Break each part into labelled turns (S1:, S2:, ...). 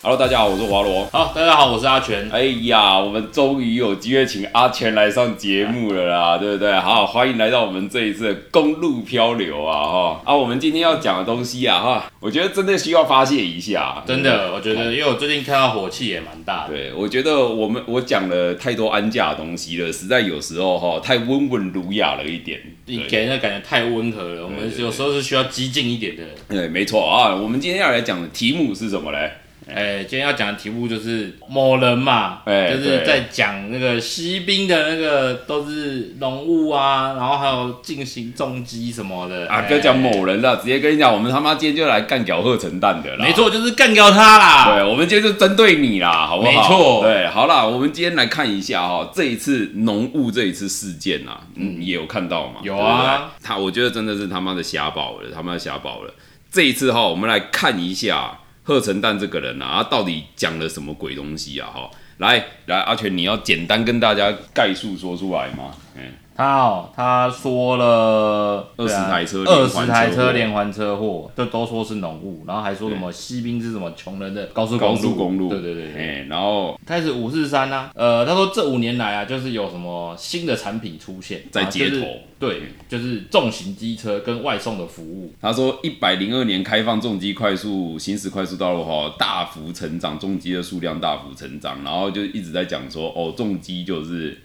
S1: Hello，大家好，我是华罗。
S2: 好，大家好，我是阿全。
S1: 哎呀，我们终于有机会请阿全来上节目了啦，对不对？好，欢迎来到我们这一次的公路漂流啊，哈啊，我们今天要讲的东西啊，哈，我觉得真的需要发泄一下，
S2: 真的，我觉得，因为我最近看到火气也蛮大的。
S1: 对，我觉得我们我讲了太多安价的东西了，实在有时候哈太温文儒雅了一点。
S2: 你
S1: 对
S2: 给人家感觉太温和了，我们有时候是需要激进一点的。
S1: 对，没错啊。我们今天要来讲的题目是什么嘞？
S2: 哎，今天要讲的题目就是某人嘛，
S1: 哎
S2: 就是在讲那个西兵的那个都是农务啊，然后还有进行重击什么的
S1: 啊，
S2: 哎
S1: 不要讲某人了，直接跟你讲，我们他妈今天就来干屌贺成蛋的啦。
S2: 没错，就是干掉他啦。
S1: 对，我们今天就针对你啦，好不好？
S2: 没错
S1: 对，好啦，我们今天来看一下哈、这一次农务这一次事件啊，嗯，也有看到嘛？
S2: 有啊
S1: 对不对，他我觉得真的是他妈的瞎爆了，他妈的瞎爆了。这一次哈、我们来看一下贺成蛋这个人啊，他到底讲了什么鬼东西啊？哈、来来，阿全，你要简单跟大家概述说出来吗？嗯，
S2: 他哦，他说了啊
S1: 20台车连环
S2: 二十
S1: 车祸
S2: 台车连环车祸，就都说是农务，然后还说什么西兵是什么穷人的高速
S1: 高速公路，
S2: 对对对对
S1: 哎、然后
S2: 开始五四三呐，呃，他说这五年来啊，就是有什么新的产品出现
S1: 在街头嗯
S2: 啊就是对，就是重型机车跟外送的服务，
S1: 他说，一百零二年开放重机快速行驶快速道路哈，大幅成长，重机的数量大幅成长，然后就一直在讲说，哦，重机就是，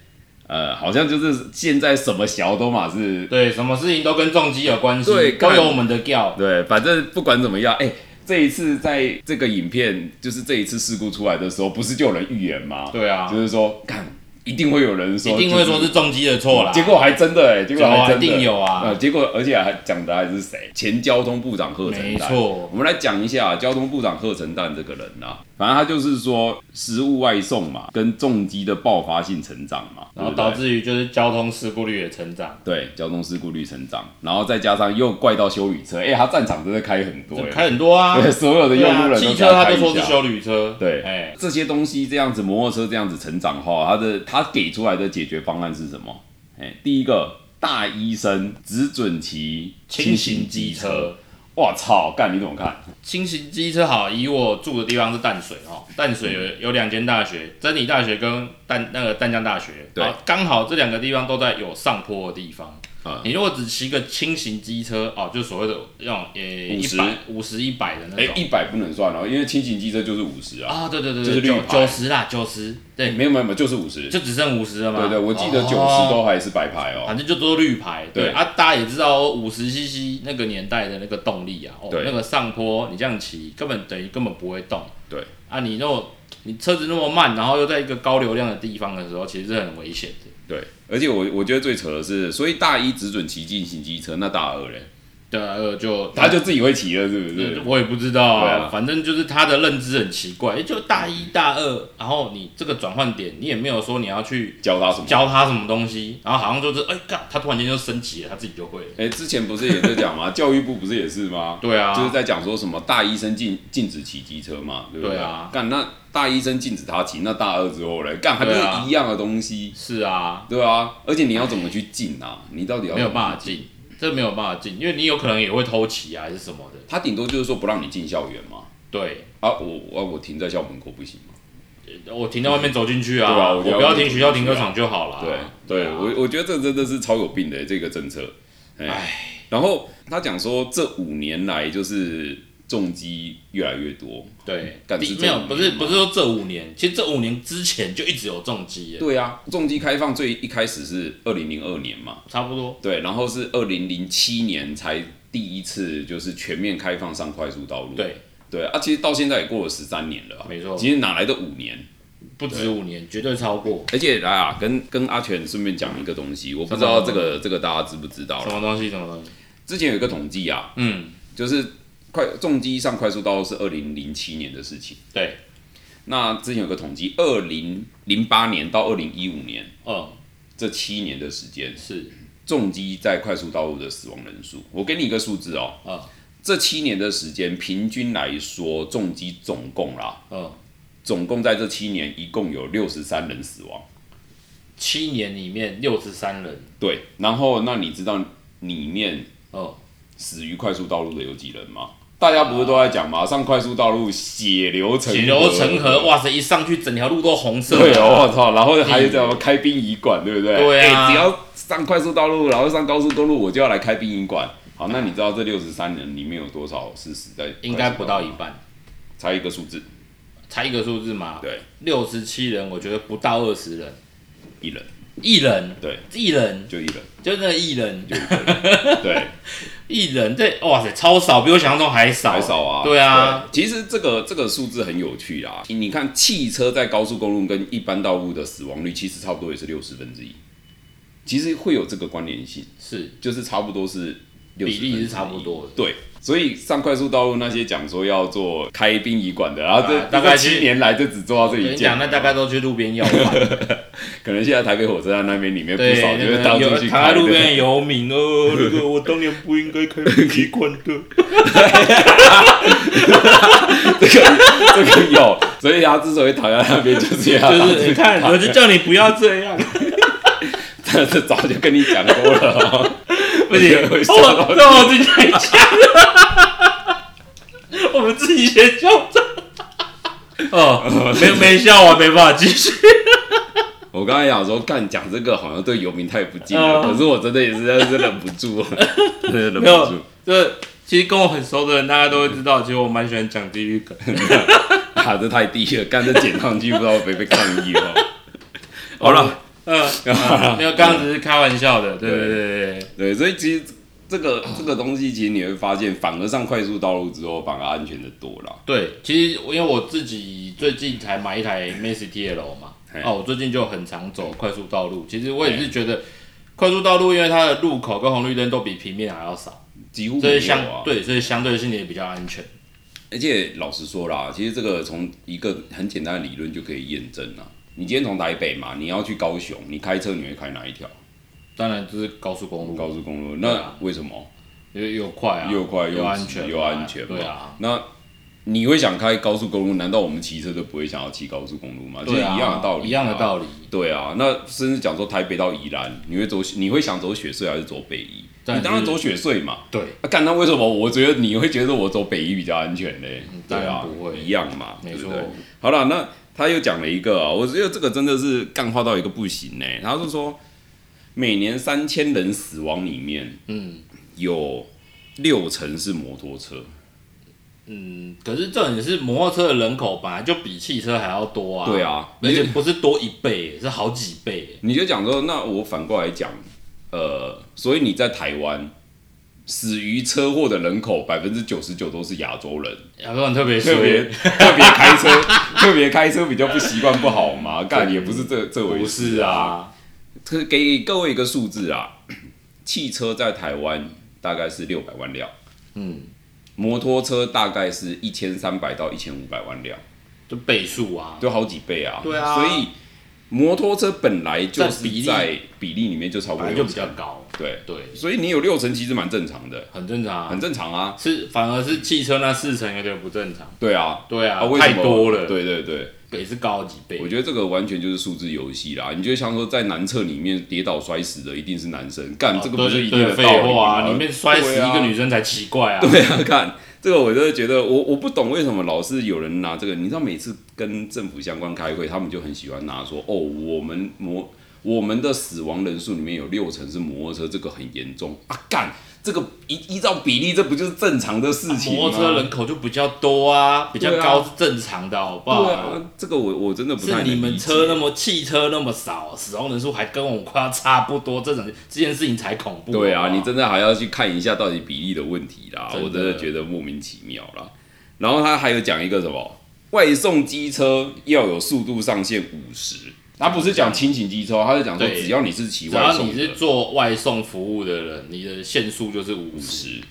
S1: 呃，好像就是现在什么小都嘛 是，
S2: 对，什么事情都跟重机有关系，
S1: 对
S2: 都
S1: 干
S2: 有我们的调。
S1: 对，反正不管怎么样，哎、这一次在这个影片，就是这一次事故出来的时候，不是就有人预言吗？、
S2: 对啊，
S1: 就是说，看，一定会有人说，
S2: 一定会
S1: 就
S2: 说是重机的错啦。
S1: 结果还真的哎、结果还真的
S2: 有啊一定有啊
S1: 呃结果而且还讲的还是谁？前交通部长贺成
S2: 没
S1: 蛋。
S2: 错
S1: 我们来讲一下啊交通部长贺成蛋这个人啊，反正他就是说食物外送嘛，跟重机的爆发性成长嘛，
S2: 然
S1: 对
S2: 后
S1: 不对
S2: 哦导致于就是交通事故率的成长，
S1: 对交通事故率成长，然后再加上又怪到修理车，哎、他战场真的开很多、
S2: 就
S1: 哎
S2: 开很多啊。
S1: 对所有的
S2: 对
S1: 用路
S2: 啊，
S1: 人都
S2: 汽
S1: 给
S2: 车他
S1: 开
S2: 就
S1: 一
S2: 说是
S1: 下
S2: 修旅车，
S1: 对，
S2: 哎，
S1: 这些东西这样子，摩托车这样子成长后，它的它给出来的解决方案是什么？哎，第一个大医生只准骑
S2: 轻型机。车。
S1: 哇操！干你怎么看？
S2: 轻型机车好，以我住的地方是淡水哦，淡水
S1: 嗯
S2: 有有两间大学，真理大学跟淡那个淡江大学，
S1: 对
S2: 好，刚好这两个地方都在有上坡的地方。
S1: 嗯
S2: 你如果只骑个轻型机车哦，就所谓的那种
S1: 50
S2: 呃一百五十一百的
S1: 哎
S2: 那，种
S1: 一百不能算哦，因为轻型机车就是五十啊。
S2: 啊、对对对
S1: 这是
S2: 对，
S1: 绿
S2: 九
S1: 牌
S2: 九十啦，九十对，
S1: 没有没有没有，就是五十。
S2: 就只剩五十了嘛。
S1: 对对，我记得九十
S2: 哦
S1: 都还是白牌哦。
S2: 反正就都绿牌，对
S1: 对
S2: 啊，大家也知道五十 CC 那个年代的那个动力啊，哦，
S1: 对
S2: 那个上坡你这样骑根本等于根本不会动，
S1: 对
S2: 啊，你那种你车子那么慢，然后又在一个高流量的地方的时候，其实是很危险的。
S1: 对，而且我我觉得最扯的是，所以大一只准骑进行机车，那大二嘞，
S2: 对啊，呃，就
S1: 他就自己会骑了，是不
S2: 呃
S1: 是？
S2: 我也不知道啊，
S1: 对啊
S2: 反正就是他的认知很奇怪，就大一大二，然后你这个转换点，你也没有说你要去
S1: 教他什么？
S2: 教他什么东西，然后好像就是哎，干、他突然间就升级了，他自己就会了。
S1: 哎、之前不是也在讲吗？教育部不是也是吗？
S2: 对啊，
S1: 就是在讲说什么大医生禁禁止骑机车嘛，对不对？
S2: 对啊
S1: 干那大医生禁止他骑，那大二之后嘞，干还不是
S2: 对啊
S1: 一样的东西？
S2: 是啊，
S1: 对啊，而且你要怎么去禁啊？你到底要
S2: 没有办法
S1: 法？
S2: 进，这没有办法进，因为你有可能也会偷骑啊，还是什么的。
S1: 他顶多就是说不让你进校园嘛。
S2: 对，
S1: 啊，我我我停在校门口不行吗？
S2: 我停在外面走进去啊，
S1: 对啊我
S2: 我
S1: 觉得
S2: 不要停学校
S1: 我觉得
S2: 停车场就好了。
S1: 对
S2: 对
S1: 对，
S2: 啊
S1: 我我觉得这真的是超有病的这个政策。哎，然后他讲说这五年来就是重击越来越多。
S2: 对
S1: 干
S2: 第
S1: 是这
S2: 没有
S1: 五年
S2: 不是
S1: 吗
S2: 不是说这五年，其实这五年之前就一直有重机耶，
S1: 对啊，重击开放最一开始是二零零二年嘛，
S2: 差不多。
S1: 对，然后是二零零七年才第一次就是全面开放上快速道路。
S2: 对，
S1: 对啊，其实到现在也过了十三年了啊、
S2: 没错
S1: 其实哪来的五年？
S2: 不止五年，绝对超过。
S1: 而且来啊，跟跟阿全顺便讲一个东西，我不知
S2: 什
S1: 道
S2: 么
S1: 这个这个大家知不知道
S2: 什
S1: 了。
S2: 么东西？什么东西？
S1: 之前有一个统计啊，
S2: 嗯，
S1: 就是快重机上快速道路是二零零七年的事情。
S2: 对，
S1: 那之前有个统计，二零零八年到二零一五年
S2: 嗯，
S1: 这七年的时间，
S2: 是，
S1: 重机在快速道路的死亡人数，我给你一个数字哦，
S2: 嗯
S1: 这七年的时间，平均来说，重机总共啦，
S2: 嗯，
S1: 总共在这七年一共有六十三人死亡。
S2: 七年里面六十三人，
S1: 对，然后那你知道里面
S2: 嗯，
S1: 死于快速道路的有几人吗？大家不是都在讲嘛，上快速道路血流成
S2: 血流成河，哇塞！一上去整条路都红色 的，
S1: 对哦，我操！然后还有叫什么开殡仪馆，对不对？
S2: 对啊
S1: 哎只要上快速道路，然后上高速公路，我就要来开殡仪馆。好，那你知道这六十三人里面有多少是死在？
S2: 应该不到一，半，
S1: 才一个数字，
S2: 才一个数字嘛，
S1: 对，
S2: 六十七人，我觉得不到二十人，
S1: 一人，
S2: 一人，
S1: 对，
S2: 一人，
S1: 就一人，
S2: 就那一人，哦
S1: 对，
S2: 一人，这哇塞，超少，比我想象中还少，
S1: 还少啊。
S2: 对啊，
S1: 对，其实这个这个数字很有趣啊。你看，汽车在高速公路跟一般道路的死亡率，其实差不多也是六十分之一，其实会有这个关联性。
S2: 是
S1: 就是差不多是60
S2: 比例是差不多的
S1: 对，所以上快速道路那些讲说要做开殡仪馆的，然后这、
S2: 啊大
S1: 这
S2: 概是
S1: 七年来就只做到这
S2: 我
S1: 一
S2: 跟你讲，
S1: 件，
S2: 那大概都去路边要饭，
S1: 可能现在台北火车站那边里面不
S2: 对，
S1: 少就是
S2: 那
S1: 到
S2: 个
S1: 处
S2: 有
S1: 去
S2: 躺在
S1: 开
S2: 路边
S1: 的。
S2: 的游民 哦，那个我当年不应该开殡仪馆的，
S1: 这个这个有，所以他之所以躺在那边，就是要
S2: 就是 你看，我就叫你不要这 样，
S1: 这这早就跟你讲过了 哦、
S2: 不行，哦
S1: 我
S2: 我
S1: 笑到
S2: 这我自己讲的， 我们自己先笑的。 哦，没没笑完，没办法继续。
S1: 我刚才想说，干讲这个好像对游民太不敬了，
S2: 嗯
S1: 可是我真的也是真的是忍不住， 真的忍不
S2: 没有
S1: 住。，
S2: 这其实跟我很熟的人，大家都会知道，其实我蛮喜欢讲地狱梗。
S1: 啊，这太低了，干这剪上去不知道会不会被抗议 哦。好了，
S2: 嗯，嗯没有，刚刚只是开玩笑的，对对对对。
S1: 对，所以其实这个这个东西，其实你会发现，反而上快速道路之后，反而安全的多了。
S2: 对，其实因为我自己最近才买一台 Macy TL 嘛
S1: 嘿，
S2: 哦，我最近就很常走快速道路。其实我也是觉得快速道路，因为它的路口跟红绿灯都比平面还要少，
S1: 几乎
S2: 所
S1: 没
S2: 以
S1: 有
S2: 相、
S1: 啊，
S2: 对，所以相对性也比较安全。
S1: 而且老实说啦，其实这个从一个很简单的理论就可以验证啦。你今天从台北嘛，你要去高雄，你开车你会开哪一条
S2: 当然就是高速公路
S1: 高速公路？
S2: 对
S1: 那
S2: 啊
S1: 为什么
S2: 又又快啊，
S1: 又快又
S2: 又安
S1: 急
S2: 全嘛，
S1: 又安全？
S2: 对啊，，
S1: 那你会想开高速公路？难道我们骑车就不会想要骑高速公路吗？其实
S2: 对
S1: 一
S2: 啊，
S1: 样的道理，
S2: 一样的
S1: 理。
S2: 道理，
S1: 对啊，那甚至讲说台北到宜兰，你会走，你会想走雪隧还是走北宜？
S2: 当然
S1: 你
S2: 是
S1: 当然走雪隧嘛。
S2: 对，
S1: 啊，干那为什么我觉得你会觉得我走北宜比较安全嘞？对
S2: 嗯当然
S1: 啊，
S2: 不会
S1: 一样嘛，
S2: 没
S1: 对
S2: 错
S1: 不，对好了，那他又讲了一个啊，我觉得这个真的是干话到一个不行嘞。他是说，每年三千人死亡里面
S2: 嗯
S1: 有六成是摩托车，
S2: 嗯，可是这也是摩托车的人口本来就比汽车还要多啊，
S1: 对，啊，
S2: 而且不是多一倍，是好几倍，
S1: 你就讲说，那我反过来讲，呃，所以你在台湾死于车祸的人口百分之九十九都是亚洲人，
S2: 亚洲 人特别
S1: 特别啊
S2: 衰，
S1: 特别开车， 特别开车比较不习惯不好嘛，干也不是这这回
S2: 不
S1: 事
S2: 是。啊，
S1: 这给各位一个数字啊，汽车在台湾大概是六百万辆，
S2: 嗯，
S1: 摩托车大概是一千三百到一千五百万辆，
S2: 就倍数啊，
S1: 就好几倍啊。
S2: 对啊
S1: 所以摩托车本来就
S2: 在比
S1: 是
S2: 例
S1: 在比例里面就超
S2: 本
S1: 过
S2: 来
S1: 六
S2: 就比较
S1: 成，
S2: 高，
S1: 对。
S2: 对，
S1: 所以你有六成其实蛮正常的，
S2: 很正常
S1: 很
S2: 啊，
S1: 正常啊。
S2: 是反而是汽车那四成有点不正常，
S1: 对啊，
S2: 对啊
S1: 啊，为什
S2: 太
S1: 么
S2: 多了，
S1: 对对对，
S2: 也是高几倍
S1: 我，觉得这个完全就是数字游戏啦。你就像说，在男厕里面跌倒摔死的一定是男生，干这个不是一定
S2: 哦对
S1: 的
S2: 废
S1: 道理
S2: 话
S1: 吗
S2: 啊，里面摔死一个女生才奇怪啊。
S1: 对啊，看这个我就觉得我我不懂为什么老是有人拿这个，你知道每次跟政府相关开会，他们就很喜欢拿说哦，我们摩我们的死亡人数里面有六成是摩托车，这个很严重啊，干这个依依照比例，这不就是正常的事情吗？
S2: 啊摩托车人口就比较多啊，比较高
S1: 对
S2: 是正常的，好不好？
S1: 对啊，这个我我真的不太
S2: 是
S1: 能
S2: 你
S1: 理
S2: 们
S1: 解
S2: 车那么汽车那么少，死亡人数还跟我们快要差不多，这种这件事情才恐怖。
S1: 对
S2: 好
S1: 啊，
S2: 不好
S1: 你真的还要去看一下到底比例的问题啦，
S2: 真的
S1: 我真的觉得莫名其妙啦。然后他还有讲一个什么外送机车要有速度上限五十，他不是讲轻型机车，他是讲说
S2: 对
S1: 只要你是骑
S2: 只
S1: 外
S2: 要
S1: 送
S2: 你
S1: 的
S2: 是做外送服务的人，你的限速就是五
S1: 五
S2: 十。
S1: 十，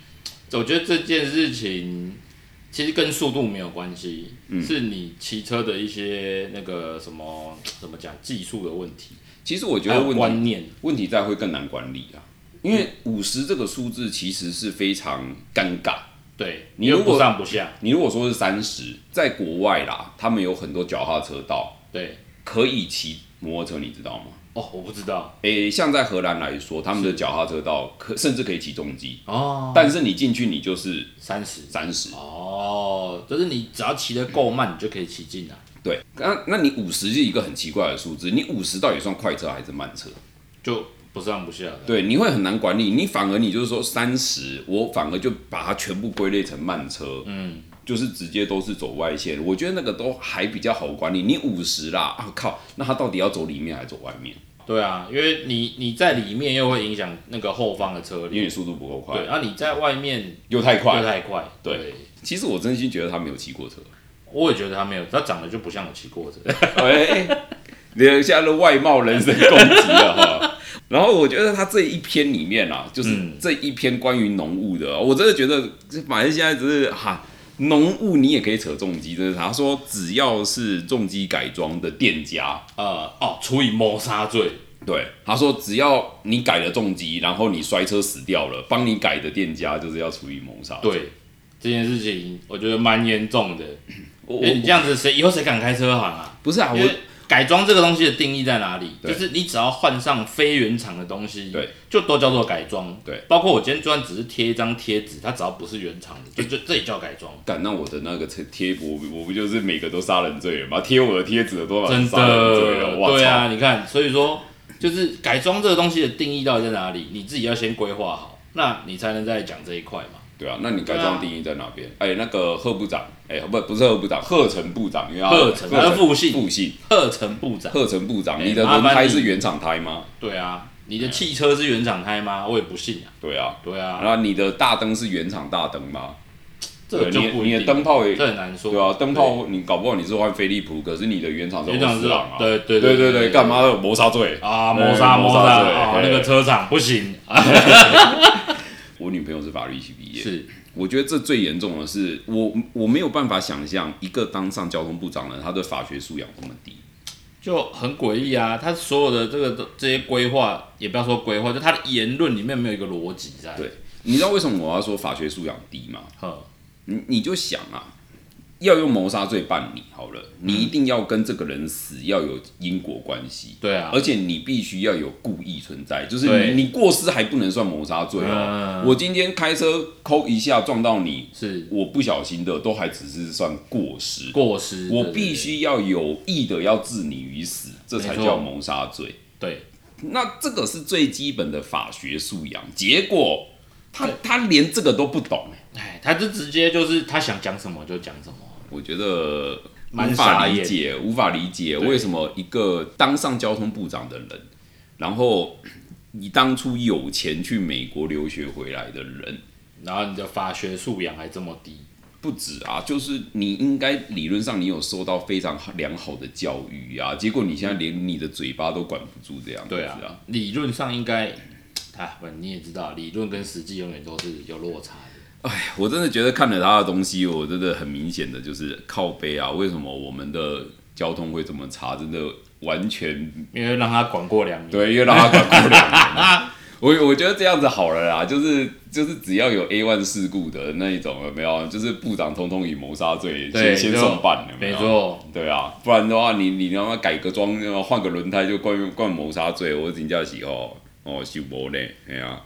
S2: 我觉得这件事情其实跟速度没有关系，
S1: 嗯
S2: 是你骑车的一些那个什么怎么讲技术的问题，
S1: 其实我觉
S2: 还
S1: 得
S2: 有
S1: 问题
S2: 观念。
S1: 问题在会更难管理啊，因为五十这个数字其实是非常尴尬。
S2: 对，
S1: 你
S2: 因为
S1: 如果
S2: 不上不下，
S1: 你如果说是三十，在国外啦，他们有很多脚踏车道
S2: 对
S1: 可以骑摩托车，你知道吗？
S2: 哦，我不知道
S1: 诶、像在荷兰来说，他们的脚踏车道可甚至可以起重机，
S2: 哦，
S1: 但是你进去你就是
S2: 三十
S1: 三十。
S2: 哦，就是你只要骑得够慢，你就可以骑进来。
S1: 对，那那你五十是一个很奇怪的数字，你五十到底算快车还是慢车？
S2: 就不上不下的。
S1: 对，你会很难管理，你反而你就是说三十，我反而就把它全部归类成慢车，
S2: 嗯，
S1: 就是直接都是走外线，我觉得那个都还比较好管理。你五十啦，啊靠，那他到底要走里面还是走外面？
S2: 对啊，因为你你在里面又会影响那个后方的车
S1: 因为
S2: 流
S1: 你，速度不够快
S2: 对，，啊，你在外面
S1: 又太
S2: 又
S1: 快。
S2: 太快，
S1: 对
S2: 对。
S1: 其实我真心觉得他没有骑过车，
S2: 我也觉得他没有，他长得就不像我骑过的。
S1: 哎、你现在的外貌人身攻击了 哈。然后我觉得他这一篇里面啊，就是
S2: 嗯
S1: 这一篇关于农务的，我真的觉得反正现在只是哈。农务你也可以扯重机，真是他说只要是重机改装的店家，
S2: 呃，哦，处以谋杀罪，
S1: 对他说只要你改了重机，然后你摔车死掉了，帮你改的店家就是要处以谋杀。，
S2: 对这件事情，我觉得蛮严重的。
S1: 我
S2: 哎、你这
S1: 我
S2: 样子谁以后谁敢开车行啊？
S1: 不是啊，
S2: 因
S1: 我
S2: 为改装这个东西的定义在哪里？
S1: 对
S2: 就是你只要换上非原厂的东西，
S1: 对，
S2: 就都叫做改装。
S1: 对，
S2: 包括我今天就算只是贴一张贴纸，它只要不是原厂的，就就这也叫改装。
S1: 敢那我的那个贴贴我我不就是每个都杀人罪了吗？贴我的贴纸的多少
S2: 真
S1: 人杀人罪
S2: 的
S1: 了？，哇
S2: 对
S1: 操！
S2: 啊，你看，所以说就是改装这个东西的定义到底在哪里？你自己要先规划好，那你才能再讲这一块嘛。
S1: 对啊，那你改装定义在哪边？
S2: 啊
S1: 哎、那个贺部长，哎、不不是贺部长，贺成部长，因为他
S2: 贺成他是复姓
S1: 复姓，
S2: 二层部长，
S1: 贺成部长，
S2: 哎
S1: 你的
S2: 麻
S1: 轮
S2: 烦
S1: 胎
S2: 你
S1: 是原厂胎吗？
S2: 对啊，你的汽车是原厂胎吗？我也不信啊。
S1: 对啊，
S2: 对啊，
S1: 嗯然后你的大灯是原厂大灯吗？
S2: 这个
S1: 对
S2: 就
S1: 你
S2: 不
S1: 你
S2: 一
S1: 的
S2: 定，
S1: 灯泡也
S2: 这很难说。
S1: 对啊，灯泡你搞不好你是换飞利浦，可是你的原厂是
S2: 原厂
S1: 欧
S2: 是
S1: 司朗啊，
S2: 对
S1: 对
S2: 对对
S1: 对
S2: 对
S1: 对，
S2: 对
S1: 干嘛有谋杀罪？
S2: 啊，
S1: 对
S2: 谋杀
S1: 谋
S2: 谋
S1: 杀
S2: 杀
S1: 罪
S2: 啊，
S1: 对
S2: 那个车厂不行啊，
S1: 我女朋友是法律系毕业，
S2: 是
S1: 我觉得这最严重的是，我我没有办法想象一个当上交通部长的人，他的法学素养这么低。
S2: 就很诡异啊。他所有的这个都这些规划，也不要说规划，就他的言论里面没有一个逻辑在。
S1: 对你知道为什么我要说法学素养低吗？
S2: 哼，
S1: 你你就想啊，要用谋杀罪办你好了，你
S2: 嗯
S1: 一定要跟这个人死要有因果关系，
S2: 对啊
S1: 而，且你必须要有故意存在，就是
S2: 对
S1: 你你过失还不能算谋杀罪哦。
S2: 嗯
S1: 我今天开车抠一下撞到你，
S2: 是
S1: 我不小心的都还只是算过失，
S2: 过失，
S1: 我
S2: 对
S1: 必须要有意的要置你于死，这才
S2: 没错
S1: 叫谋杀罪。
S2: 对
S1: 那这个是最基本的法学素养，结果他他连这个都不懂、欸
S2: 对。哎，他就直接就是他想讲什么就讲什么。
S1: 我觉得
S2: 蛮
S1: 无法
S2: 傻
S1: 理
S2: 眼
S1: 解，无法理解
S2: 对
S1: 为什么一个当上交通部长的人，然后你当初有钱去美国留学回来的人，
S2: 然后你的法学素养还这么低，
S1: 不止啊，就是你应该理论上你有受到非常良好的教育啊，结果你现在连你的嘴巴都管不住这样子
S2: 对
S1: 啊
S2: 啊，理论上应该，啊，不，你也知道，理论跟实际永远都是有落差的。
S1: 我真的觉得看了他的东西，我真的很明显的就是靠背啊，为什么我们的交通会这么差？真的完全
S2: 因为让他管过两年，
S1: 对，因为让他管过两年了。我我觉得这样子好了啦，就是就是只要有 A one 事故的那一种有没有？就是部长通通以谋杀罪先
S2: 对
S1: 先
S2: 就
S1: 送办有没
S2: 没
S1: 有？
S2: 错，
S1: 对啊，不然的话你你他妈改个装，然后换个轮胎就冠冠谋杀罪，我请假洗哦哦修博嘞，哎呀、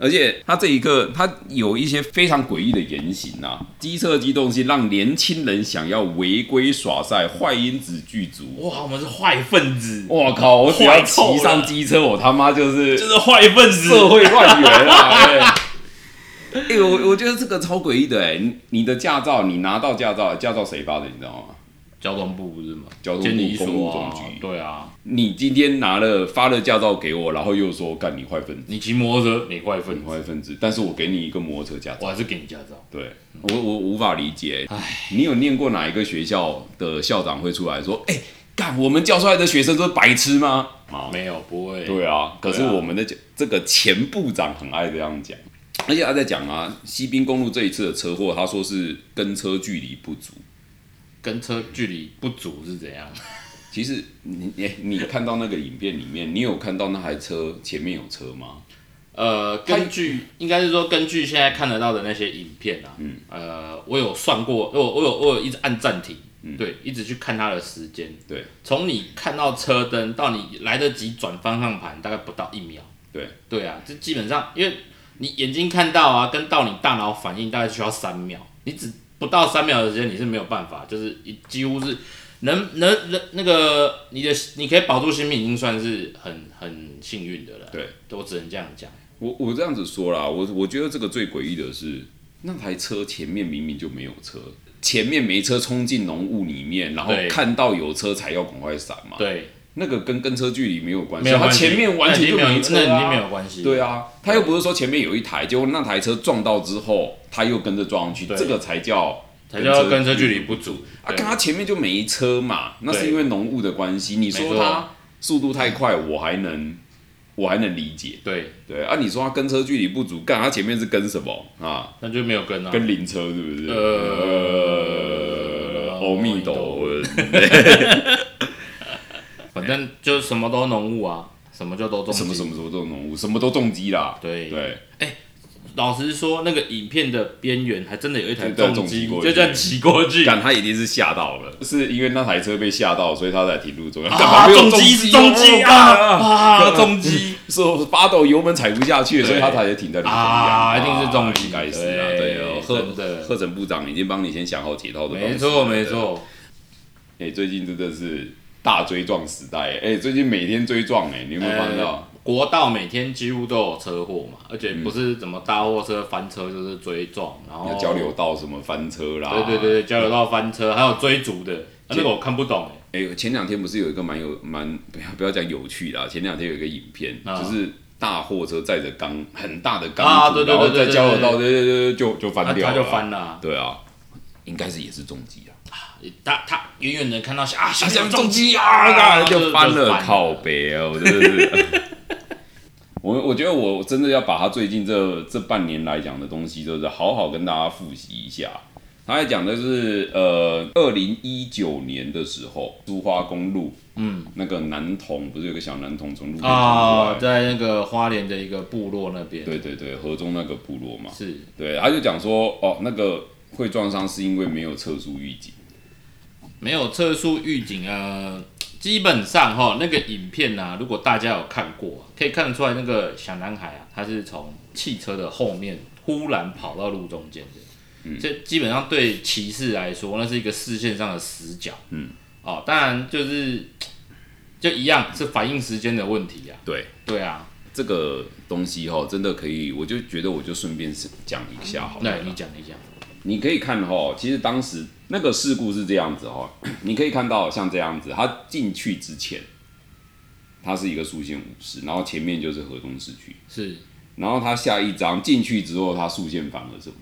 S1: 而且他这一个他有一些非常诡异的言行啊，机车机动性让年轻人想要违规耍帅，坏因子具足。
S2: 哇，我们是坏分子，
S1: 我靠！我只要骑
S2: 坏透
S1: 上
S2: 了
S1: 机车，我他妈就是
S2: 就是坏分子，
S1: 社会乱源 啊！哎、欸，我我觉得这个超诡异的哎、你你的驾照，你拿到驾照，驾照谁发的？你知道吗？
S2: 交通部不是吗？
S1: 交通部
S2: 监理
S1: 公路
S2: 所啊
S1: 总局
S2: 对啊，
S1: 你今天拿了发了驾照给我，然后又说干你坏分子，
S2: 你骑摩托车，你坏分
S1: 你
S2: 子，
S1: 坏分子，但是我给你一个摩托车驾照，
S2: 我还是给你驾照。
S1: 对我我无法理解。哎你有念过哪一个学校的校长会出来说，哎、干我们教出来的学生都是白痴吗？啊，
S2: 没有，不会。
S1: 对啊，可是
S2: 对啊
S1: 我们的、这个前部长很爱这样讲，而且他在讲啊，西滨公路这一次的车祸，他说是跟车距离不足。
S2: 跟车距离不足是怎样？
S1: 其实你你你看到那个影片里面，你有看到那台车前面有车吗？
S2: 呃，根据应该是说根
S1: 嗯
S2: 据现在看得到的那些影片啊，呃，我有算过，我有我有我有一直按暂停，对，一直去看它的时间，
S1: 嗯对，
S2: 从你看到车灯到你来得及转方向盘，大概不到一秒。
S1: 对，
S2: 对啊，这基本上因为你眼睛看到啊，跟到你大脑反应大概需要三秒，你只不到三秒的时间你是没有办法，就是一几乎是能能能那个你的你可以保住性命已经算是很很幸运的了。
S1: 对，
S2: 我只能这样讲。
S1: 我我这样子说啦，我我觉得这个最诡异的是，那台车前面明明就没有车，前面没车冲进浓雾里面，然后
S2: 对
S1: 看到有车才要赶快闪嘛。
S2: 对，
S1: 那个跟跟车距离啊没有关系，
S2: 没有
S1: 它
S2: 关系
S1: 前面完全就
S2: 那已
S1: 没
S2: 经
S1: 车、
S2: 没有，那
S1: 啊，
S2: 已经没有关系。
S1: 对，啊，他又不是说前面有一台，结果那台车撞到之后，他又跟着撞上去，
S2: 对
S1: 这个才叫
S2: 才叫跟车距离不足。
S1: 啊！
S2: 对
S1: 看他前面就没车嘛，那是
S2: 对
S1: 因为浓雾的关系。你
S2: 没
S1: 说
S2: 错
S1: 他速度太快，我还能我还能理解，
S2: 对，
S1: 对啊。你说他跟车距离不足，干他前面是跟什么啊？
S2: 那就没有跟啊。
S1: 跟灵车是不是？
S2: 呃
S1: 呃，阿弥陀佛，
S2: 反正就什么都浓雾啊，什么就都重
S1: 呃
S2: 击
S1: 什么什么什么都浓雾，什么都重击啦。
S2: 对。
S1: 对，
S2: 老实说，那个影片的边缘还真的有一台
S1: 就这样
S2: 重
S1: 重击
S2: 机，
S1: 过去
S2: 就这样骑过去。
S1: 干他一定是吓到了，是因为那台车被吓到，所以他才停路中央。干嘛
S2: 啊，
S1: 没有哦
S2: 重击是重 击啊！啊，重击！
S1: 是八斗油门踩不下去，
S2: 对
S1: 所以他才停在路中央
S2: 啊一定是重击
S1: 应该是啊，
S2: 对
S1: 对哦，贺
S2: 真的
S1: 贺陈部长已经帮你先想好铁套的方式了，
S2: 没错，没
S1: 对。
S2: 错，
S1: 哎，最近真的是大追撞时代，哎，最近每天追撞，哎，你有没有发现到？嗯
S2: 国道每天几乎都有车祸嘛，而且不是怎么大货车翻车就是追撞，然后
S1: 有交流，道什么翻车啦？
S2: 对对哦对对，交流道翻车，还有追逐的，啊那个我看不懂欸
S1: 哎、前两天不是有一个蛮有蛮不要不要讲有趣啦，前两天有一个影片，
S2: 啊
S1: 就是大货车载着钢很大的钢
S2: 啊
S1: 骨
S2: 对对
S1: 然后
S2: 对对
S1: 在
S2: 对
S1: 交流道，对对对对，就就
S2: 他
S1: 翻掉
S2: 啊他
S1: 了，
S2: 就，翻了，
S1: 对啊，应该是也是重击啊，
S2: 他他远远的看到啊，
S1: 他
S2: 下
S1: 想
S2: 降
S1: 重
S2: 重
S1: 击
S2: 击
S1: 啊，
S2: 啊，
S1: 那就翻了，靠
S2: 背。
S1: 北哦，真的是。 我我觉得我真的要把他最近这这半年来讲的东西，就是好好跟大家复习一下。他在讲的是呃，二零一九年的时候，苏花公路，嗯，那个男童不是有个小男童从路边冲出来？
S2: 啊，在那个花莲的一个部落那边，
S1: 对对对，河中那个部落嘛，
S2: 是
S1: 对，他就讲说哦，那个会撞伤是因为没有测速预警。
S2: 没有测速预警啊。基本上哈，那个影片呢、如果大家有看过、啊，可以看得出来，那个小男孩啊，他是从汽车的后面忽然跑到路中间的。这基本上对骑士来说，那是一个视线上的死角。嗯，哦，当然就是就一样是反应时间的问题啊。
S1: 对，
S2: 对啊，
S1: 这个东西哈、真的可以，我就觉得我就顺便是讲一下好了
S2: 那。你讲一讲。
S1: 你可以看哈、其实当时那个事故是这样子哈、 你可以看到像这样子，他进去之前，他是一个竖线武士，然后前面就是河东市区，
S2: 是，
S1: 然后他下一张进去之后，他竖线反而什么，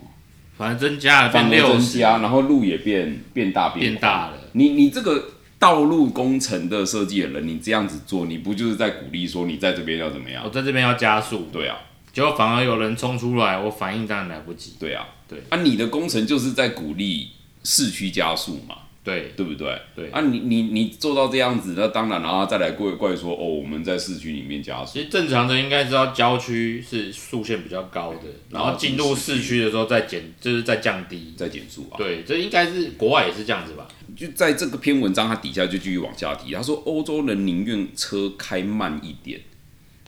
S2: 反正增加了
S1: 反
S2: 变
S1: 而
S2: 六
S1: 增
S2: 十，
S1: 加，然后路也变变大变
S2: 变
S1: 宽
S2: 大了。
S1: 你你这个道路工程的设计的人，你这样子做，你不就是在鼓励说你在这边要怎么样
S2: 我？哦在这边要加速，
S1: 对啊，
S2: 结果反而有人冲出来，我反应当然来不及。
S1: 对啊，
S2: 对
S1: 啊，你的工程就是在鼓励市区加速嘛，
S2: 对，
S1: 对不对？
S2: 对
S1: 啊你，你你做到这样子，那当然，然后再来怪怪说哦，我们在市区里面加速，
S2: 其实正常的应该知道郊区是速线比较高的，然后进入市区的时候再减，就是再降低。
S1: 在减速啊。
S2: 对，这应该是国外也是这样子吧？
S1: 就在这个篇文章它底下就继续往下提，他说欧洲人宁愿车开慢一点，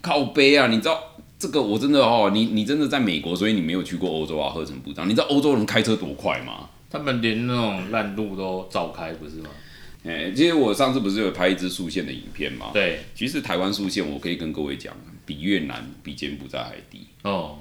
S1: 靠背啊，你知道。这个我真的哦，你你真的在美国，所以你没有去过欧洲啊，贺成部长。你知道欧洲人开车多快吗？
S2: 他们连那种烂路都照开，不是吗？
S1: 哎、其实我上次不是有拍一支速线的影片吗？
S2: 对，
S1: 其实台湾速线，我可以跟各位讲，比越南、比柬埔寨还低。
S2: 哦，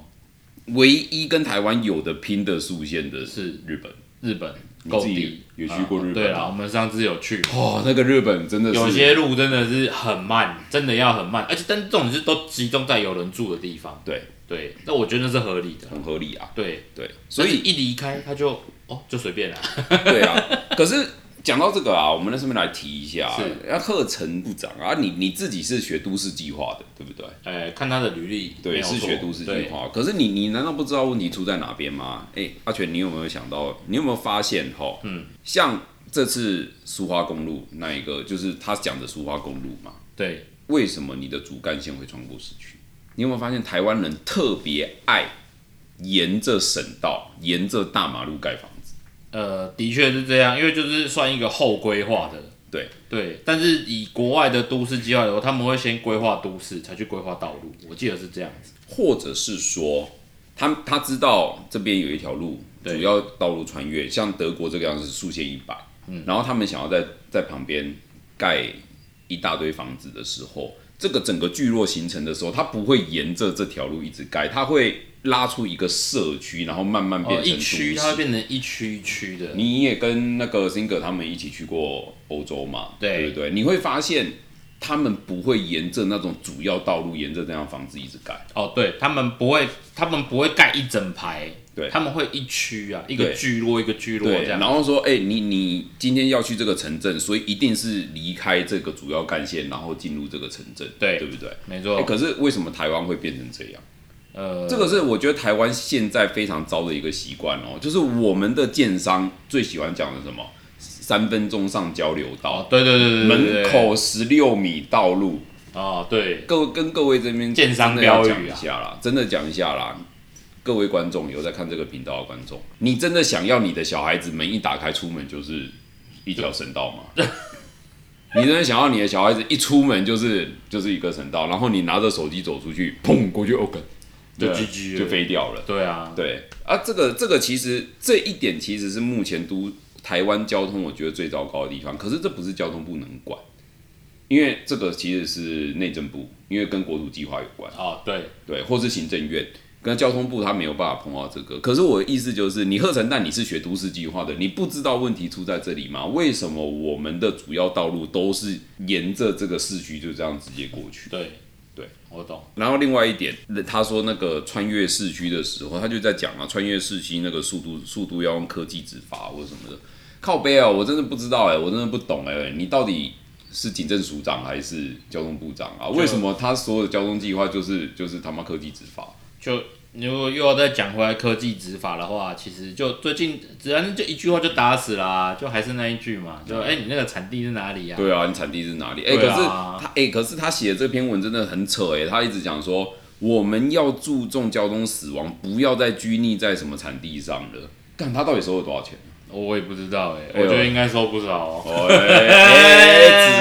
S1: 唯一跟台湾有的拼的速线的
S2: 是
S1: 日本，
S2: 日本
S1: 你
S2: 够
S1: 自己
S2: 低，
S1: 有去过日本吗
S2: 啊对啦，我们上次有去，
S1: 哦，那个日本真的是
S2: 有些路真的是很慢，真的要很慢，而且但这种是都集中在有人住的地方。
S1: 对
S2: 对，那我觉得那是合理的。
S1: 很合理啊，
S2: 对，
S1: 对，所
S2: 所以
S1: 以
S2: 一离开他就哦就随便啦。
S1: 对 啊，可是。讲到这个啊，我们那顺便来提一下，啊
S2: 是
S1: 那贺成部长啊，你你自己是学都市计划的，对不对？
S2: 哎，看他的履历，没
S1: 对，
S2: 有
S1: 是
S2: 错
S1: 学都市
S2: 对
S1: 计划。可是你你难道不知道问题出在哪边吗？哎、阿全，你有没有想到？你有没有发现哈？嗯，像这次苏花公路那一个，就是他讲的苏花公路嘛，
S2: 对，
S1: 为什么你的主干线会穿过市区？你有没有发现台湾人特别爱沿着省道、沿着大马路盖房子？
S2: 呃，的确是这样，因为就是算一个后规划的。
S1: 对
S2: 对，但是以国外的都市计划来说，他们会先规划都市，才去规划道路。我记得是这样子。
S1: 或者是说，他他知道这边有一条路，
S2: 对
S1: 主要道路穿越，像德国这个样子是速限一百，嗯，然后他们想要在在旁边盖一大堆房子的时候，这个整个聚落形成的时候，它不会沿着这条路一直盖，它会拉出一个社区，然后慢慢变
S2: 哦，
S1: 成、
S2: 一区它会。变成一区一区的。
S1: 你也跟那个 Singer 他们一起去过欧洲嘛？
S2: 对
S1: 对不对？你会发现他们不会沿着那种主要道路，沿着那样房子一直盖。
S2: 哦，对他们不会，他们不会盖一整排，
S1: 对
S2: 他们会一区啊，一个
S1: 对
S2: 聚落一个聚落
S1: 对，
S2: 这样。
S1: 然后说，哎、你你今天要去这个城镇，所以一定是离开这个主要干线，然后进入这个城镇，
S2: 对
S1: 对不对？
S2: 没
S1: 哎、
S2: 错，
S1: 可是为什么台湾会变成这样？
S2: 呃，
S1: 这个是我觉得台湾现在非常糟的一个习惯哦，就是我们的建商最喜欢讲的什么？三分钟上交流
S2: 哦
S1: 道，，
S2: 对对对对对对
S1: 门口十六米道路，
S2: 哦，对，
S1: 各位跟各位这边
S2: 建
S1: 真
S2: 商
S1: 的要
S2: 标
S1: 讲
S2: 语
S1: 一
S2: 啊
S1: 下啦，真的讲一下啦。各位观众有在看这个频道的观众，你真的想要你的小孩子门一打开出门就是一条省道 吗？你真的想要你的小孩子一出门就是就是一个省道，然后你拿着手机走出去，砰过去 OK，
S2: 就
S1: 对
S2: GG 了
S1: 就飞掉了。
S2: 对啊，
S1: 对啊，这个这个其实这一点其实是目前都台湾交通我觉得最糟糕的地方。可是这不是交通部能管，因为这个其实是内政部，因为跟国土计划有关，
S2: 哦，对，
S1: 对，或是行政院跟交通部他没有办法碰到这个。可是我的意思就是，你贺成蛋你是学都市计划的，你不知道问题出在这里吗？为什么我们的主要道路都是沿着这个市区就这样直接过去？
S2: 对，
S1: 对，
S2: 我懂。
S1: 然后另外一点，他说那个穿越市区的时候，他就在讲啊，穿越市区那个速度速度要用科技执法或什么的。靠背啊，我真的不知道哎、我真的不懂哎、你到底是警政署长还是交通部长啊？为什么他所有的交通计划就是就是他妈科技执法？
S2: 就如果又要再讲回来科技执法的话，其实就最近只要就一句话就打死啦、就还是那一句嘛，就哎、你那个产地是哪里呀、
S1: 对啊，你产地是哪里？哎、可
S2: 对
S1: 是
S2: 啊
S1: 他哎、可是他写的这篇文真的很扯哎、他一直讲说我们要注重交通死亡，不要再拘泥在什么产地上了。看他到底收了多少钱？
S2: 我也不知道哎、
S1: 哎呦
S2: 我觉得应该收不少哦。
S1: 哦，哎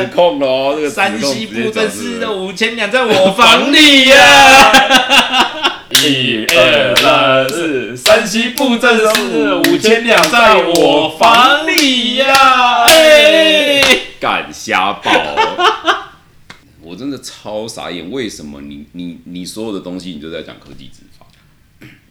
S1: 哎指控喽，这个指控
S2: 山西
S1: 直接
S2: 布
S1: 讲
S2: 政
S1: 出来
S2: 司的五千两在我房里呀、
S1: 一二三四，山西布政司的
S2: 五千两在我房里呀、哎、
S1: 敢瞎报。我真的超傻眼，为什么你你你所有的东西你就在讲科技执法？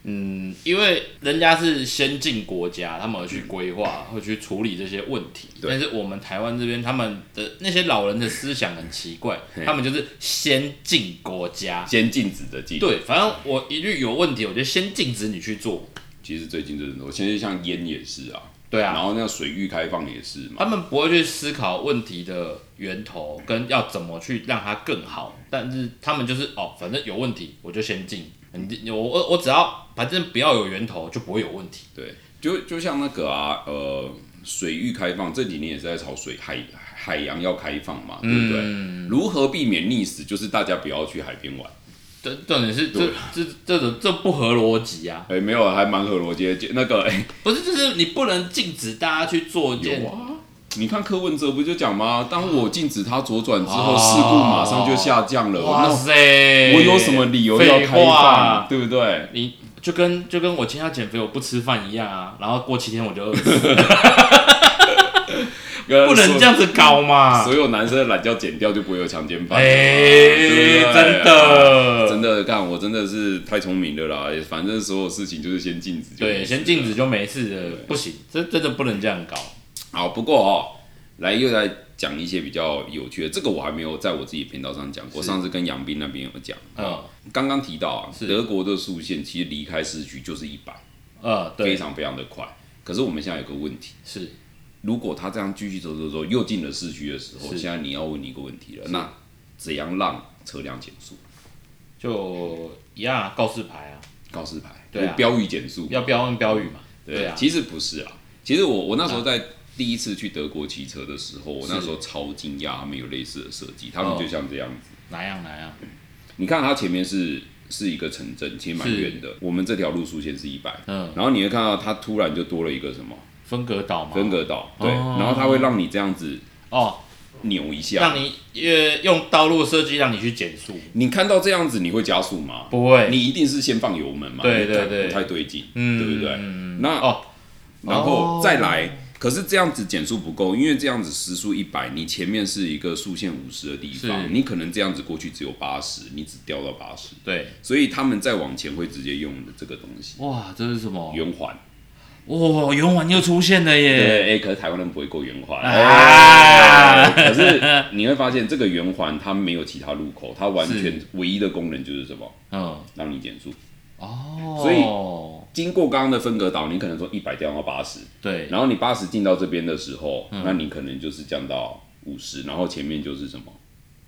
S2: 嗯，因为人家是先进国家，他们会去规划，会去处理这些问题。
S1: 嗯对
S2: 但是我们台湾这边，他们的那些老人的思想很奇怪，他们就是先进国家。
S1: 先禁止的禁，，
S2: 对，反正我一律有问题，我就先禁止你去做。
S1: 其实最近就是我现在像烟也是啊，
S2: 对
S1: 然
S2: 啊，
S1: 后那水域开放也是嘛，
S2: 他们不会去思考问题的源头跟要怎么去让它更好，但是他们就是哦，反正有问题我就先进，你我我我只要反正不要有源头就不会有问题。
S1: 对，就就像那个啊，呃，水域开放这几年也是在吵水海海洋要开放嘛，对不对？如何避免溺死，就是大家不要去海边玩。
S2: 这重点是这这这种这不合逻辑啊！
S1: 哎、没有，还蛮合逻辑的。那个，哎、
S2: 不是，就是你不能禁止大家去做一件
S1: 有啊。你看柯文哲不就讲吗？当我禁止他左转之后，
S2: 哦
S1: 事故马上就下降了。
S2: 哇
S1: 那
S2: 塞！
S1: 啊我有什么理由要开
S2: 废
S1: 放？
S2: 话？
S1: 对不对？
S2: 你就跟就跟我今天要减肥，我不吃饭一样啊。然后过七天我 就饿死，不能这样子搞嘛
S1: 所。有男生的懒觉剪掉就不会有强奸犯
S2: 哎
S1: 了嘛。对不对
S2: 真的，
S1: 真的干，我真的是太聪明了啦！反正所有事情就是先禁止就没事了，
S2: 对，先禁止就没事了。不行，这真的不能这样搞。
S1: 好，不过哦，来又来讲一些比较有趣的，这个我还没有在我自己频道上讲过，
S2: 是
S1: 上次跟杨斌那边有讲。
S2: 嗯
S1: 刚刚提到啊，
S2: 是
S1: 德国的速限其实离开市区就是一百，
S2: 呃，
S1: 非
S2: 对，
S1: 常非常的快。可是我们现在有个问题，
S2: 是
S1: 如果他这样继续走走走，又进了市区的时候，
S2: 是
S1: 现在你要问你一个问题了，那怎样让车辆减速？
S2: 就一样啊，告示牌啊，
S1: 告示牌、
S2: 对啊
S1: 标语减速，
S2: 要标问标语嘛。
S1: 对
S2: 对啊，
S1: 其实不是啊，其实我我那时候在第一次去德国骑车的时候，我那时候超惊讶，他们有类似的设计，他们
S2: 哦
S1: 就像这样子。
S2: 哪样哪样？
S1: 你看它前面是是一个城镇，其实蛮
S2: 是
S1: 远的。我们这条路速线是一百，
S2: 嗯，
S1: 然后你会看到它突然就多了一个什么
S2: 分隔岛嘛，
S1: 分隔岛，对，
S2: 哦
S1: 然后它会让你这样子
S2: 哦，
S1: 扭一下，
S2: 让你呃用道路设计让你去减速，
S1: 你看到这样子，你会加速吗？
S2: 不会，
S1: 你一定是先放油门嘛，
S2: 对
S1: 因为
S2: 对对
S1: 不太对劲，
S2: 嗯
S1: 对不对？
S2: 嗯
S1: 那
S2: 哦，
S1: 然后
S2: 哦
S1: 再来，可是这样子减速不够，因为这样子时速一百，你前面是一个速限五十的地
S2: 是
S1: 方，你可能这样子过去只有八十，你只掉到八十，
S2: 对，
S1: 所以他们再往前会直接用的这个东西。
S2: 哇，这是什么？
S1: 圆环，
S2: 哇，圆环又出现了耶！
S1: 对，哎，可是台湾人不会过圆环，
S2: 啊
S1: 哎可是你会发现这个圆环它没有其他路口，它完全唯一的功能就是什么，
S2: 嗯，
S1: 让你减速。
S2: 哦，
S1: 所经过刚刚的分隔岛，你可能说一百掉到八十，
S2: 对，嗯
S1: 然后你八十进到这边的时候，那你可能就是降到五十，然后前面就是什么？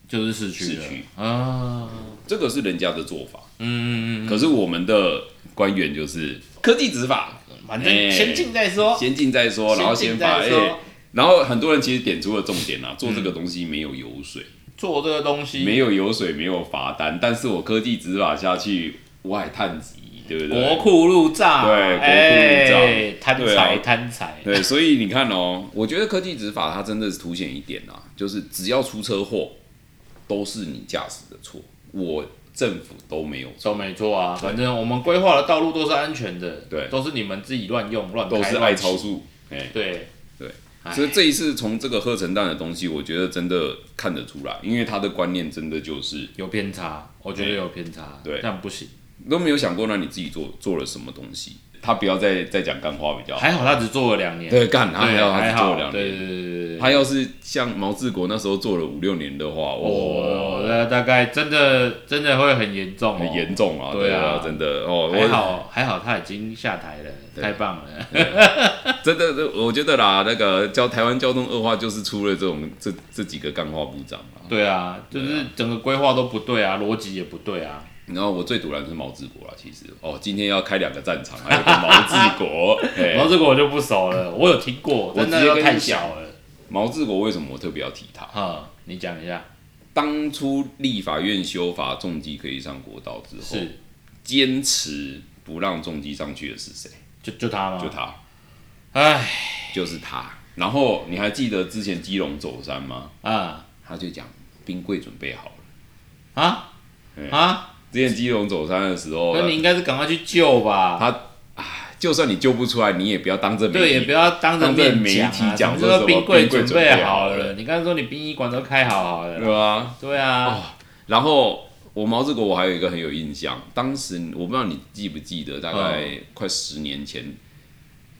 S2: 就是市区
S1: 市区
S2: 了啊，
S1: 这个是人家的做法，
S2: 嗯，
S1: 可是我们的官员就是科技执法，
S2: 嗯反
S1: 哎
S2: 正先进再说，
S1: 先进再说，然后先
S2: 哦进
S1: 发。
S2: 再
S1: 哎
S2: 说。嗯
S1: 然后很多人其实点出了重点啦、做这个东西没有油水，
S2: 做这个东西，
S1: 没有油水，没有罚单，但是我科技执法下去，无害碳极，对不
S2: 国
S1: 对？
S2: 库入账，
S1: 对
S2: 哎
S1: 国库入账
S2: 贪
S1: 对啊
S2: 财贪财，
S1: 对，所以你看哦，我觉得科技执法它真的是凸显一点啊，就是只要出车祸，都是你驾驶的错，我政府都没有错，
S2: 都没错啊，反正我们规划的道路都是安全的，
S1: 对
S2: 都是你们自己乱用乱开
S1: 都是
S2: 乱
S1: 爱
S2: 骑
S1: 超，速，哎、
S2: 对
S1: 对，
S2: 哎
S1: 所以这一次从这个贺成蛋的东西，我觉得真的看得出来，因为他的观念真的就是
S2: 有偏差，我觉得有偏差，
S1: 对
S2: 但不行，
S1: 都没有想过让你自己做做了什么东西。他不要再再讲干话比较好。
S2: 还好他只做了两年，
S1: 对，干他还
S2: 对，
S1: 要他
S2: 还
S1: 只做
S2: 好，
S1: 了两
S2: 对对
S1: 年，
S2: 对对对。
S1: 他要是像毛志国那时候做了五六年的话，
S2: 哦，
S1: 哦，
S2: 那大概真的真的会很严重、哦，
S1: 很严重啊，
S2: 对
S1: 对
S2: 啊
S1: 啊，真的哦，
S2: 还
S1: 我
S2: 好还好他已经下台了，太棒了。
S1: 真的这我觉得啦，那个交台湾交通恶化就是出了这种这这几个干话部长啊。
S2: 对啊，就是整个规划都不对啊，逻辑也不对啊。
S1: 然后我最堵然是毛志国啦，其实哦，今天要开两个战场，还有个毛志 国，嘿
S2: 然后这个我就不熟了，我有听过，但那
S1: 直接
S2: 又
S1: 跟你
S2: 太
S1: 讲
S2: 小了。
S1: 毛治国为什么我特别要提他？
S2: 嗯，你讲一下，
S1: 哦当初立法院修法重机可以上国道之后，
S2: 是
S1: 坚持不让重机上去的是谁？
S2: 就就他吗？
S1: 就。他，
S2: 唉，
S1: 就是他。然后你还记得之前基隆走山吗？
S2: 啊
S1: 他就讲冰柜准备好了。
S2: 啊
S1: 嗯
S2: 啊！
S1: 之前基隆走山的时候，
S2: 那你应该是赶快去救吧。
S1: 他就算你救不出来，你也不要当这
S2: 对，也不要当着
S1: 当着
S2: 面
S1: 媒
S2: 讲
S1: 体
S2: 啊，
S1: 讲
S2: 什
S1: 说
S2: 么
S1: 什么
S2: 冰
S1: 冰柜
S2: 准
S1: 准备
S2: 好
S1: 好了
S2: 了，你刚才说你殡仪馆都开好好了。
S1: 对啊。
S2: 对啊，
S1: 然后我毛志国，我还有一个很有印象，当时我不知道你记不记得，大
S2: 嗯
S1: 概快十年前。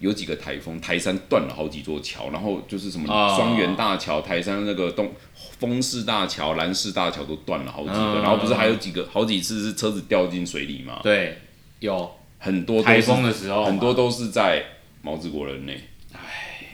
S1: 有几个台风，台山断了好几座桥，然后就是什么
S2: 啊
S1: 双园大桥、台山那个东风势大桥、兰势大桥都断了好几个，
S2: 嗯
S1: 然后不是还有几个好几次是车子掉进水里吗？
S2: 对，有
S1: 很多都是
S2: 台风的时候嘛，
S1: 很多都是在毛治国人内。唉，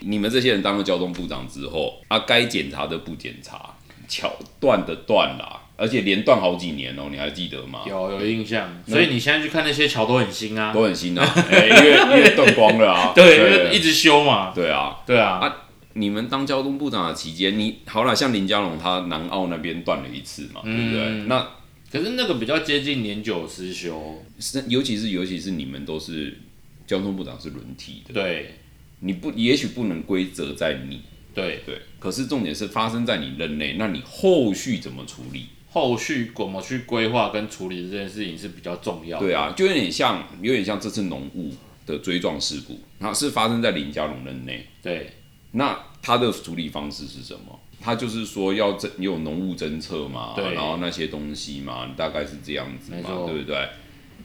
S1: 你们这些人当了交通部长之后，啊，该检查的不检查，桥断的断啦，而且连断好几年哦，你还记得吗？
S2: 有有印象，所以你现在去看那些桥都很新啊，，
S1: 都很新啊，哎因为因为断光了啊
S2: 对，因为一直修嘛，
S1: 对啊。
S2: 对啊，
S1: 啊你们当交通部长的期间，你好了，像林佳龙他南澳那边断了一次嘛，
S2: 嗯
S1: 对不对？那
S2: 可是那个比较接近年久失修，
S1: 是尤其是尤其是你们都是交通部长是轮替的，
S2: 对
S1: 你不也许不能归责在你
S2: 对，
S1: 对，可是重点是发生在你任内，那你后续怎么处理？
S2: 后续怎么去规划跟处理这件事情是比较重要的，
S1: 对啊，就有点像，有点像这次农务的追撞事故，然后是发生在林佳龙任内，
S2: 对
S1: 那他的处理方式是什么？他就是说要政有农务政策嘛，
S2: 对
S1: 然后那些东西嘛，大概是这样子
S2: 没
S1: 嘛
S2: 错，
S1: 对不对？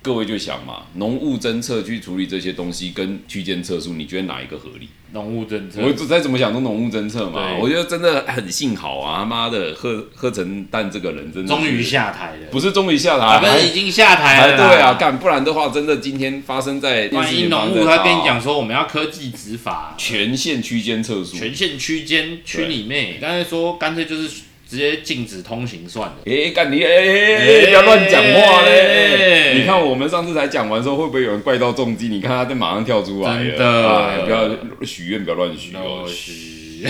S1: 各位就想嘛，农务政策去处理这些东西跟区间测速，你觉得哪一个合理？
S2: 农务政策
S1: 我，再怎么想都农务政策嘛，
S2: 对
S1: 我觉得真的很幸好啊，他妈的贺贺成蛋这个人真的是
S2: 终于下台了，
S1: 不是终于下台，
S2: 啊，不是
S1: 还
S2: 已经下台
S1: 还
S2: 了，
S1: 对啊，。干不然的话，真的今天发生在
S2: 万一农务
S1: 务
S2: 他跟你讲说我们要科技执法，
S1: 全县区间测速，
S2: 权限区间区里面，刚才说干脆就是直接禁止通行算了。
S1: 哎，干你哎哎哎，不要乱讲话
S2: 哎
S1: 嘞！你看我们上次才讲完之后，会不会有人怪到重击？你看他在马上跳出来了，
S2: 真的
S1: 哎不要许愿，不要乱许哦
S2: 都。是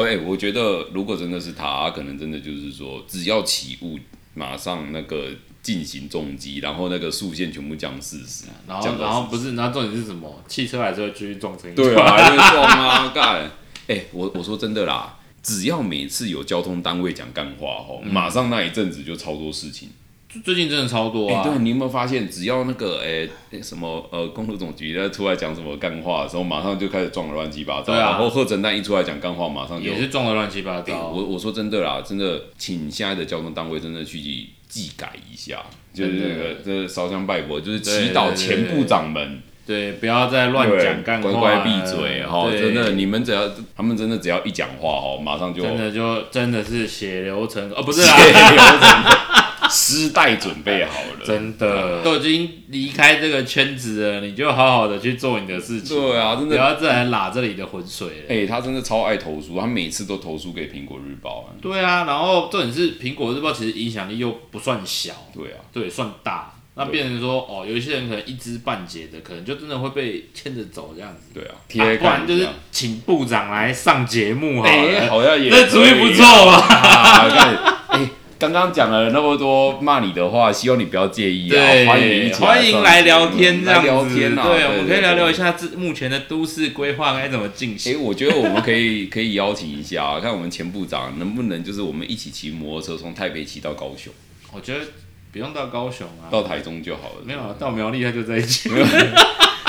S1: 哎，我觉得如果真的是他，可能真的就是说，只要起雾，马上那个进行重击，然后那个速限全部降四十，
S2: 然
S1: 降
S2: 后
S1: 到
S2: 然后不是，然后重点是什么？汽车还是会继续撞成一
S1: 对
S2: 团
S1: 啊，因为撞啊，干！哎、我我说真的啦，只要每次有交通单位讲干话哦，
S2: 嗯
S1: 马上那一阵子就超多事情。
S2: 最最近真的超多
S1: 哎、
S2: 啊，
S1: 对，你有没有发现，只要那个哎、那什么呃公路总局在出来讲什么干话的时候，马上就开始撞得乱七八糟。
S2: 对啊
S1: 然后贺陈丹一出来讲干话，马上就
S2: 也是撞得乱七八
S1: 哎、
S2: 糟。
S1: 我我说真的啦，真的，请现在的交通单位真的去技改一下，就是
S2: 真的
S1: 这个，这烧香拜佛，就是
S2: 对
S1: 祈祷
S2: 对
S1: 前
S2: 对
S1: 部长们
S2: 对，不要再乱
S1: 对
S2: 讲干话，啊
S1: 乖乖闭嘴哈！
S2: 对
S1: 真的，你们只要他们真的只要一讲话哦，马上就
S2: 真的就真的是血流成哦，不是
S1: 血
S2: 啦，
S1: 流成河丝带准备好了，
S2: 真的都已经离开这个圈子了，你就好好的去做你的事情，
S1: 对啊真的
S2: 不要再来拉这里的浑水了。
S1: 哎、他真的超爱投诉，他每次都投诉给苹果日报啊。
S2: 对啊，然后重点是苹果日报其实影响力又不算小，
S1: 对啊，
S2: 对，算大。那变成说哦，有一些人可能一知半解的，可能就真的会被牵着走这样子。
S1: 对啊，
S2: 啊
S1: 贴
S2: 不然
S1: 看
S2: 就
S1: 一
S2: 是
S1: 下。
S2: 请部长来上节目好
S1: 哎、
S2: 了。
S1: 好像也
S2: 这主意不错
S1: 吧？啊看哎，刚刚讲了那么多骂你的话，希望你不要介意啊，
S2: 对，
S1: 欢迎一起
S2: 哎欢迎来聊天这样
S1: 来聊
S2: 子。
S1: 天啊，
S2: 对，我们可以聊聊一
S1: 下。
S2: 下自目前的都市规划该怎么进
S1: 哎、
S2: 行。
S1: 我觉得我们可以 可以邀请一下，啊看我们前部长能不能就是我们一起骑摩托车从台北骑到高雄，
S2: 我觉得不用到高雄啊，
S1: 到台中就好了。
S2: 没有啊到苗栗他就在一起。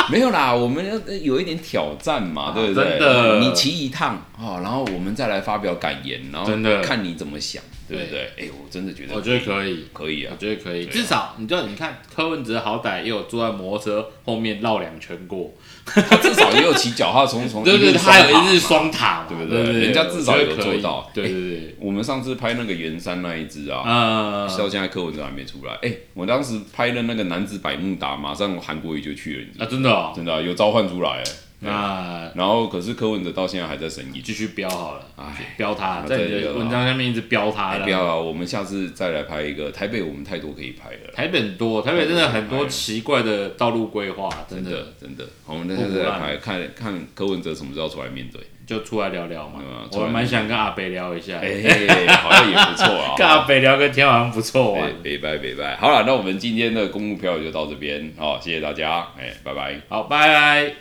S1: 没有啦，我们要呃有一点挑战嘛，对不对？
S2: 啊真的
S1: 你骑一趟哦，然后我们再来发表感言，然后
S2: 真的
S1: 看你怎么想，对不对？哎、我真的觉得
S2: 我觉得可以，
S1: 可以
S2: 我
S1: 啊，
S2: 觉得可以，
S1: 对啊
S2: 至少你知道，你看柯文哲好歹也有坐在摩托车后面绕两圈过，
S1: 他至少也有骑脚踏从 从，
S2: 对对，
S1: 一路
S2: 他有
S1: 上
S2: 一日双塔嘛，
S1: 对不对
S2: 对？
S1: 人家至少有做到
S2: 我觉得可以对对对，
S1: 我们上次拍那个圆山那一只啊，
S2: 呃，
S1: 到现在柯文哲还没出来。哎、我当时拍的那个男子百慕达，马上韩国瑜就去了，你知道
S2: 啊，
S1: 吗？
S2: 真的哦，
S1: 真的啊、有召唤出来、哎
S2: 那
S1: 然后可是柯文哲到现在还在审议。
S2: 继续标好了，
S1: 哎，
S2: 标他，
S1: 啊
S2: 在
S1: 对
S2: 你
S1: 对
S2: 的
S1: 啊
S2: 文章下面一直标他，
S1: 不要啊！我们下次再来拍一个台北，我们太多可以拍了。
S2: 台北很多，台北真的很多奇怪的道路规划，真
S1: 真
S2: 的
S1: 的真的，好，我们那现在来看看柯文哲什么时候出来面对，
S2: 就出来聊聊嘛
S1: 对啊。出
S2: 我
S1: 来
S2: 还蛮想跟阿北聊一下，
S1: 哎、好像也不错 啊。
S2: 跟阿北聊个天好像不错
S1: 哎
S2: 玩。
S1: 北拜北拜，哦好了，那我们今天的公路票就到这边，好，谢谢大家，哎、拜拜。
S2: 好，拜拜。